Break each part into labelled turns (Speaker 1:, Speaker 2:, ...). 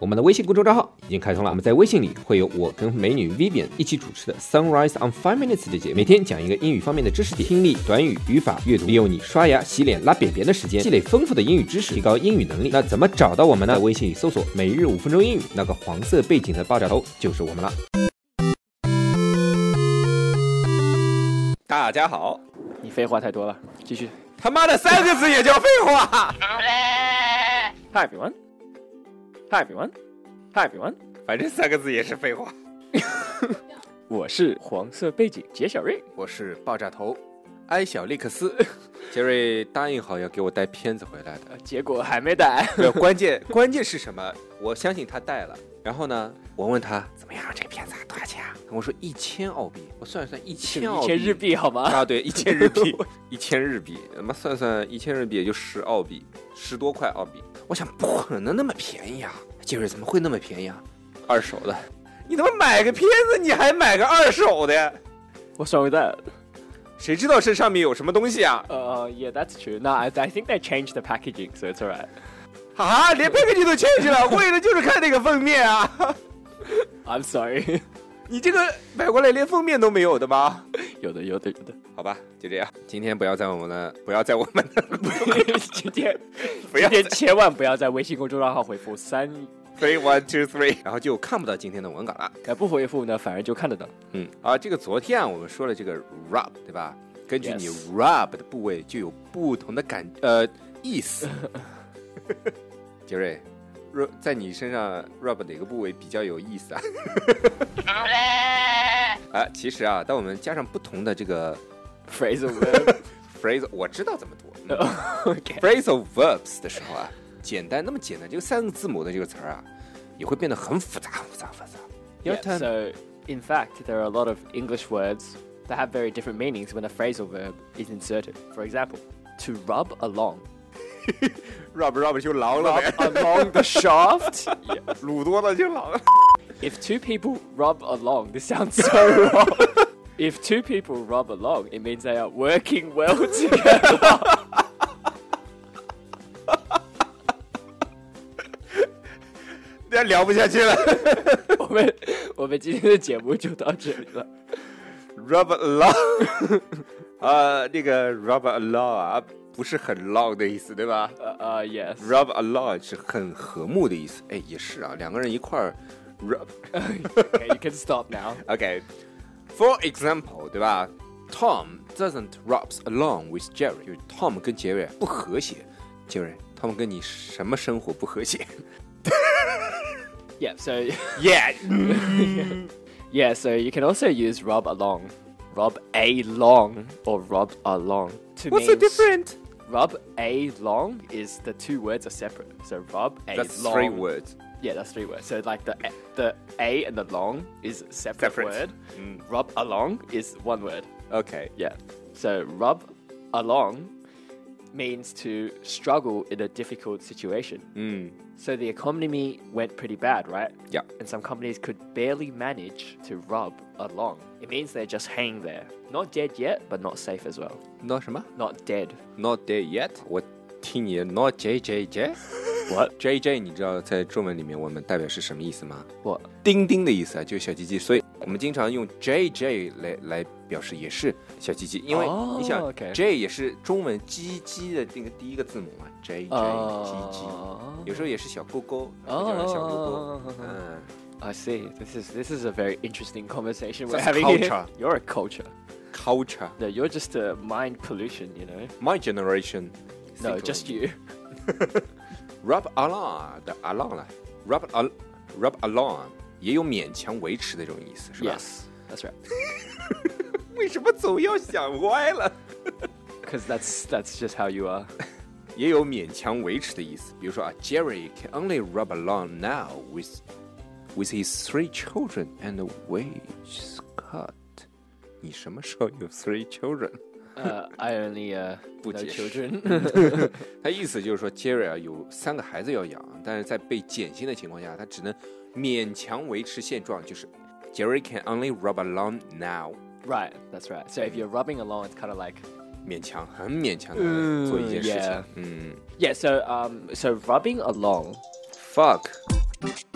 Speaker 1: 我们的微信公众账号已经开通了，我们在微信里会有我跟美女 Vivian 一起主持的 Sunrise on Five Minutes 的节目，每天讲一个英语方面的知识点，听力、短语、语法、阅读，利用你刷牙、洗脸、拉便便的时间，积累丰富的英语知识，提高英语能力。那怎么找到我们呢？在微信里搜索“每日五分钟英语”，那个黄色背景的爆炸头就是我们了。大家好，
Speaker 2: 你废话太多了，继续。
Speaker 1: 他妈的三个字也叫废话，
Speaker 2: Hi everyone, Hi everyone, Hi everyone，
Speaker 1: 反正三个字也是废话。
Speaker 2: 我是黄色背景杰小瑞。
Speaker 1: 我是爆炸头埃小利克斯，杰瑞答应好要给我带片子回来的。
Speaker 2: 呃，结果还没 带。
Speaker 1: 没有关键，关键是什么？我相信他带了。然后呢，我问他怎么样，这个片子啊多少钱啊？我说一千澳币，我算了算一
Speaker 2: 是
Speaker 1: 千澳
Speaker 2: 一
Speaker 1: 币，
Speaker 2: 千日币好吗？
Speaker 1: 啊，对，一千日 币，一千日币，他妈算算一千日币也就十澳币，十多块澳币。我想不可能那么便宜啊，杰瑞怎么会那么便宜啊？二手的，你他妈买个片子你还买个二手的？
Speaker 2: 我稍微带了。
Speaker 1: 谁知道这上面有什么东西啊？
Speaker 2: 呃、y e a h, that's true. No, I I think they changed the packaging, so it's alright.
Speaker 1: 啊，连 package 都 change 了，为了就是看那个封面啊！
Speaker 2: I'm sorry.
Speaker 1: 你这个买过来连封面都没有的吗？
Speaker 2: 有的，有的，有的。
Speaker 1: 好吧，就这样。今天不要在我们的，不要在我们的，
Speaker 2: 今天，
Speaker 1: 不要
Speaker 2: 今天千万不要在微信公众号回复三，
Speaker 1: three one two three，然后就看不到今天的文稿了。
Speaker 2: 呃，不回复呢，反而就看得 到。
Speaker 1: 嗯，啊，这个昨天啊，我们说了这个 rub，对吧？根据你
Speaker 2: Yes
Speaker 1: rub 的部位就有不同的感呃意思。杰瑞，rub 在你身上 rub 哪个部位比较有意思啊？啊，其实啊，当我们加上不同的这个
Speaker 2: Phrase of verb.
Speaker 1: phrase，我知道怎么读。嗯
Speaker 2: OK.
Speaker 1: phrasal verbs 的时候啊，简单那么简单，就三个字母的这个词儿啊，也会变得很复杂、很复杂、很复杂。Your
Speaker 2: Yeah,
Speaker 1: turn.
Speaker 2: So, in fact, there are a lot of English words that have very different meanings when a phrasal verb is inserted. For example, to rub along.
Speaker 1: rub rub 就狼
Speaker 2: Rub
Speaker 1: 啊
Speaker 2: along the shaft? Yeah.
Speaker 1: 撸多了就狼了。
Speaker 2: If two people rub along, this sounds so wrong. If two people rub along, it means they are working well together.
Speaker 1: 那聊不下去了。
Speaker 2: 我们我们今天的节目就到这里了。
Speaker 1: rub along，啊，那个 rub along 啊，不是很 long 的意思，对吧
Speaker 2: 呃呃，yes，uh,
Speaker 1: ？rub along 是很和睦的意思。哎，也是啊，两个人一块儿 rub。
Speaker 2: Okay, you can stop now.
Speaker 1: Okay. For example，对吧？Tom doesn't rubs along with Jerry，就是 Tom 跟杰瑞不和谐。杰瑞，Tom 跟你什么生活不和谐
Speaker 2: Yeah, so
Speaker 1: ？Yeah，
Speaker 2: yeah, so you can also use rub along, rub a long, or rub along. To
Speaker 1: what's the difference?
Speaker 2: Rub a long is the two words are separate. So rub a
Speaker 1: That's
Speaker 2: long.
Speaker 1: three words.
Speaker 2: Yeah, that's three words. So like the the a and the long is separate,
Speaker 1: Separate. Mm.
Speaker 2: word. Rub along is one word.
Speaker 1: Okay.
Speaker 2: Yeah. So rub along means to struggle in a difficult situation.
Speaker 1: Mm.
Speaker 2: So the economy went pretty bad, right?
Speaker 1: Yeah.
Speaker 2: And some companies could barely manage to rub along. It means they just hang there. Not dead yet, but not safe as well.
Speaker 1: Not 什么
Speaker 2: Not dead.
Speaker 1: ？Not there yet. 我听你的 Not J J J。
Speaker 2: What?
Speaker 1: J J，你知道在中文里面我们代表是什么意思吗？
Speaker 2: What?
Speaker 1: 丁丁的意思啊，就是小鸡鸡，所以我们经常用 J J 来来表示也是小鸡鸡，因为
Speaker 2: 哦
Speaker 1: 你想、
Speaker 2: OK
Speaker 1: J 也是中文鸡鸡的那个第一个字母嘛，J J 鸡鸡，
Speaker 2: Oh.
Speaker 1: 有时候也是小勾勾，然后叫小勾勾
Speaker 2: 哦，
Speaker 1: 嗯
Speaker 2: I see. This is this is a very interesting conversation we're
Speaker 1: That's
Speaker 2: having
Speaker 1: culture.
Speaker 2: here. You're a culture.
Speaker 1: ，culture
Speaker 2: No, you're just a mind pollution, you know.
Speaker 1: my generation，
Speaker 2: No, just you.
Speaker 1: rub along 的 along 了，rub al rub along 也有勉强维持的这种意思，是吧
Speaker 2: Yes, that's right.
Speaker 1: 为什么总要想歪了？
Speaker 2: Because that's that's just how you are.
Speaker 1: 也有勉强维持的意思。比如说啊，Jerry can only rub along now with with his three children and a wage cut。你什么时候有 three children？
Speaker 2: Uh, I only uh, no
Speaker 1: 不解释。
Speaker 2: children.
Speaker 1: 他意思就是说，Jerry 啊有三个孩子要养，但是在被减薪的情况下，他只能勉强维持现状，就是 Jerry can only rub along now，
Speaker 2: Right, that's right. So if you're rubbing along, it's kind of like
Speaker 1: 勉强，很勉强的
Speaker 2: 嗯
Speaker 1: 做一件事情
Speaker 2: yeah。
Speaker 1: 嗯
Speaker 2: yeah. So um, so rubbing along.
Speaker 1: ，fuck，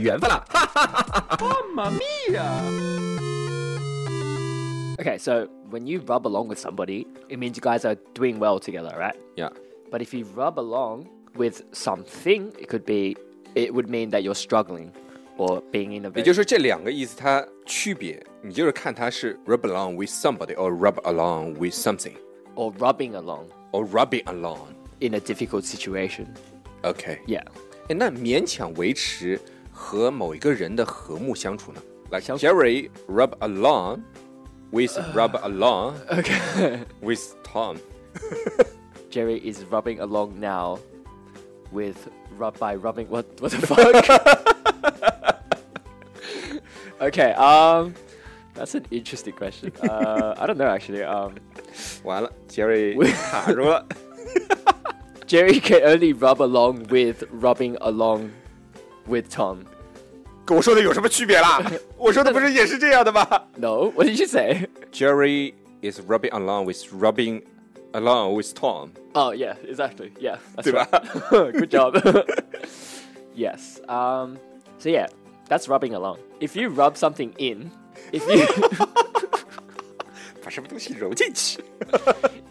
Speaker 3: 缘分啦。
Speaker 2: Okay, so when you rub along with somebody, it means you guys are doing well together, right?
Speaker 1: Yeah.
Speaker 2: But if you rub along with something, it could be it would mean that you're struggling or being in a
Speaker 1: 也
Speaker 2: very
Speaker 1: 就是说这两个意思它区别，你就是看它是 rub along with somebody or rub along with something
Speaker 2: or rubbing along
Speaker 1: or rubbing along。
Speaker 2: in a difficult situation.
Speaker 1: OK，
Speaker 2: Yeah.
Speaker 1: 哎，那勉强维持和某一个人的和睦相处呢？Like
Speaker 2: 相
Speaker 1: Jerry rub along with rub along with Tom。
Speaker 2: Jerry is rubbing along now with rub by rubbing what what the fuck? okay, um that's an interesting question. Uh, I don't know actually. Um
Speaker 1: 完了，Jerry 卡住了。
Speaker 2: Jerry can only rub along with rubbing along with Tom.
Speaker 1: 跟我说的有什么区别啦？我说的不是也是这样的吗
Speaker 2: No, what did you say?
Speaker 1: ？Jerry is rubbing along with rubbing along with Tom，
Speaker 2: Oh yeah, exactly. Yeah, that's
Speaker 1: 对吧
Speaker 2: right. Good job. yes. Um. So yeah, that's rubbing along. If you rub something in, if you,
Speaker 1: 把什么东西揉进去。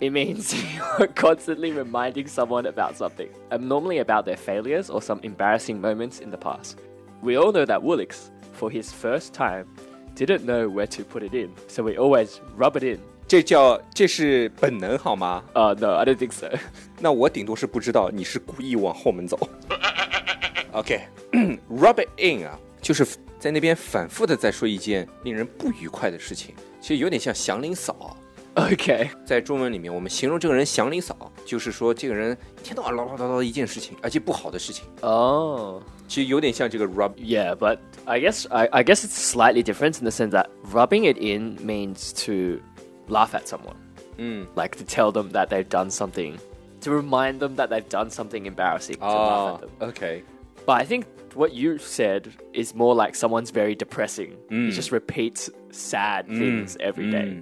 Speaker 2: it means you're constantly reminding someone about something, um, normally about their failures or some embarrassing moments in the past. We all know that Woolix, for his first time, didn't know where to put it in, so we always rub it in.
Speaker 1: 这叫这是本能好吗？
Speaker 2: Oh no, I don't think so.
Speaker 1: 那我顶多是不知道你是故意往后 门走。OK，rub、it in 啊，就是在那边反复的在说一件令人不愉快的事情，其实有点像祥林嫂。啊
Speaker 2: Okay.
Speaker 1: 在中文里面，我们形容这个人祥林嫂，就是说这个人一天到晚唠唠叨叨的一件事情，而且不好的事情，
Speaker 2: Oh.
Speaker 1: 其实有点像这个 rub。
Speaker 2: Yeah, but I guess I, I guess it's slightly different in the sense that rubbing it in means to laugh at someone. Like to tell them that they've done something, to remind them that they've done something embarrassing. To laugh at them.
Speaker 1: o k
Speaker 2: But I think what you said is more like someone's very depressing. It just repeats sad things every day.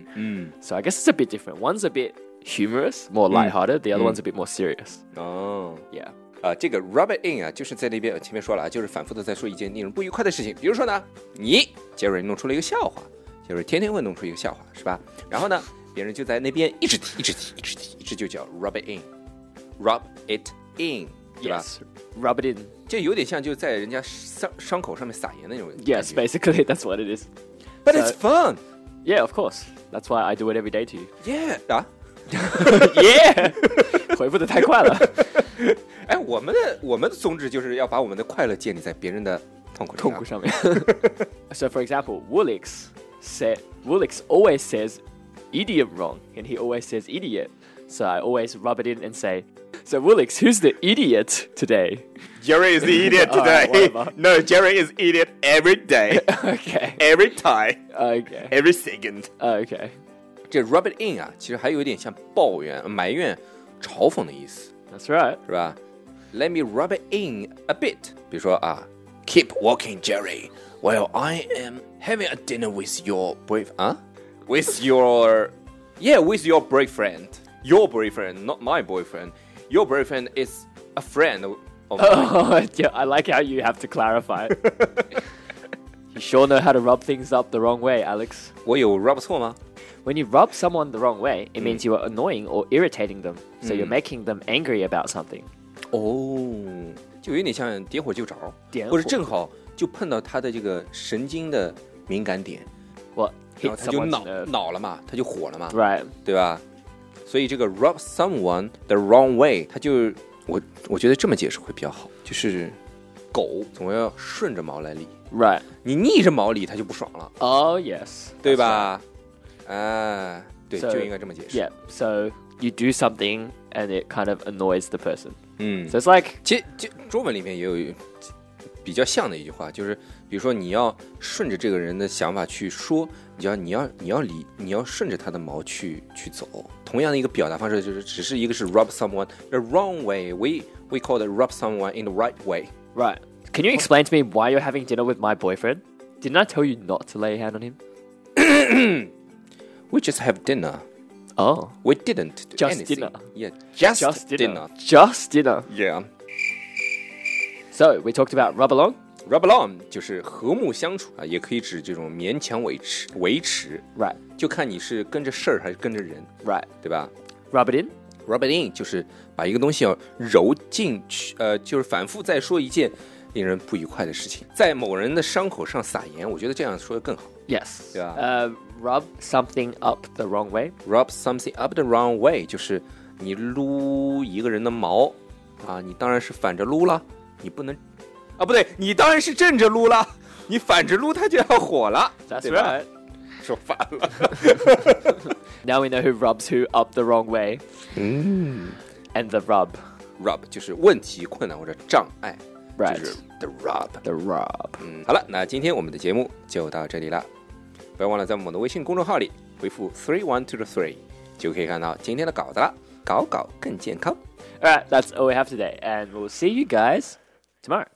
Speaker 2: So I guess it's a bit different. One's a bit humorous, more lighthearted. The other one's a bit more serious.
Speaker 1: 哦、
Speaker 2: Yeah.
Speaker 1: 啊，这个 rub it in 啊，就是在那边我前面说了啊，就是反复的在说一件令人不愉快的事情。比如说呢，你杰瑞弄出了一个笑话，杰瑞天天会弄出一个笑话，是吧？然后呢，别人就在那边一直提，一直提，一直提，一直就叫 rub it in，rub it in，对吧
Speaker 2: Yes. Rub it in.
Speaker 1: 这有点像就在人家伤伤口上面撒盐的那种感觉。
Speaker 2: Yes, basically that's what it is.
Speaker 1: but it's fun.
Speaker 2: Yeah, of course. That's why I do it every day to you.
Speaker 1: Yeah 啊，
Speaker 2: Yeah，回复的太 快了，
Speaker 1: 哎，我们的我们的宗旨就是要把我们的快乐建立在别人的痛苦上。
Speaker 2: 痛苦上面。so for example, Woolix said Woolix always says idiom wrong, and he always says idiot. So I always rub it in and say, "So Woolix, who's the idiot today?"
Speaker 4: Jerry is the idiot
Speaker 2: All right,
Speaker 4: today.
Speaker 2: whatever.
Speaker 4: no, Jerry is idiot every day,
Speaker 2: okay,
Speaker 4: every time,
Speaker 2: okay,
Speaker 4: every second.
Speaker 2: okay.
Speaker 1: 这 rub it in 啊，其实还有一点像抱怨、埋怨、嘲讽的意思。
Speaker 2: That's right.
Speaker 1: 是吧？Let me rub it in a bit。比如说啊，Keep walking, Jerry. While I am having a dinner with your boy 啊，with your yeah, with your boyfriend. Your boyfriend, not my boyfriend. Your boyfriend is a friend of mine.
Speaker 2: Oh, yeah, I like how you have to clarify. you sure know how to rub things up the wrong way, Alex.
Speaker 1: 我有 rub 错吗？
Speaker 2: When you rub someone the wrong way,
Speaker 5: Mm.
Speaker 2: it means you are annoying or irritating them. So you're making them angry about something.
Speaker 1: 哦，就有点像点火就着，
Speaker 2: 点火
Speaker 1: 或者正好就碰到他的这个神经的敏感点，
Speaker 2: What
Speaker 1: 然后
Speaker 2: hit
Speaker 1: 他就
Speaker 2: someone's
Speaker 1: 恼
Speaker 2: nerve.
Speaker 1: 恼了嘛，他就火了嘛。
Speaker 2: Right.
Speaker 1: 对吧？所以这个 rub someone the wrong way，它就我我觉得这么解释会比较好，就是
Speaker 5: 狗总要顺着毛来理，
Speaker 2: Right.
Speaker 5: 你逆着毛理它就不爽了，
Speaker 2: Oh yes.
Speaker 5: 对
Speaker 2: That's right.
Speaker 5: 吧？啊，对，
Speaker 2: So-
Speaker 5: 就应该这么解释。
Speaker 2: Yeah. So you do something and it kind of annoys the person.
Speaker 5: 嗯
Speaker 2: So，it's like
Speaker 5: 其实就中文里面也有一比较像的一句话，就是比如说你要顺着这个人的想法去说，你要你要你要理你要顺着他的毛去去走。同样的一个表达方式就是，只是一个是 rub someone the wrong way，we we call it rub someone in the right way。
Speaker 2: right. Can you explain to me why you're having dinner with my boyfriend? Didn't I tell you not to lay a hand on him?
Speaker 5: We just have dinner.
Speaker 2: Oh.
Speaker 5: We didn't do
Speaker 2: Just
Speaker 5: anything.
Speaker 2: dinner.
Speaker 5: Yeah, just,
Speaker 2: Just dinner.
Speaker 5: dinner.
Speaker 2: Just dinner.
Speaker 5: Yeah.
Speaker 2: So we talked about rub along.
Speaker 5: Rub along 就是和睦相处啊，也可以指这种勉强维持维持，
Speaker 2: Right.
Speaker 5: 就看你是跟着事儿还是跟着人，
Speaker 2: Right.
Speaker 5: 对吧
Speaker 2: Rub it in.
Speaker 5: ？Rub it in 就是把一个东西要揉进去，呃，就是反复再说一件令人不愉快的事情，在某人的伤口上撒盐，我觉得这样说的更好。
Speaker 2: Yes.
Speaker 5: Yeah.
Speaker 2: Uh, rub something up the wrong way.
Speaker 5: Rub something up the wrong way 就是你撸一个人的毛啊，你当然是反着撸了，你不能啊，不对，你当然是正着撸了，你反着撸它就要火了，
Speaker 2: That's
Speaker 5: 对吧
Speaker 2: right.
Speaker 5: 说反了。
Speaker 2: Now we know who rubs who up the wrong way. Mm. And the rub.
Speaker 5: rub 就是问题、困难或者障碍
Speaker 2: Right.
Speaker 5: 就是 the rub。
Speaker 2: The rub.
Speaker 5: 嗯，好了，那今天我们的节目就到这里了，不要忘了在我们的微信公众号里回复 three one two three 就可以看到今天的稿子了。搞搞更健康。
Speaker 2: All right. That's all we have today. And we'll see you guys tomorrow.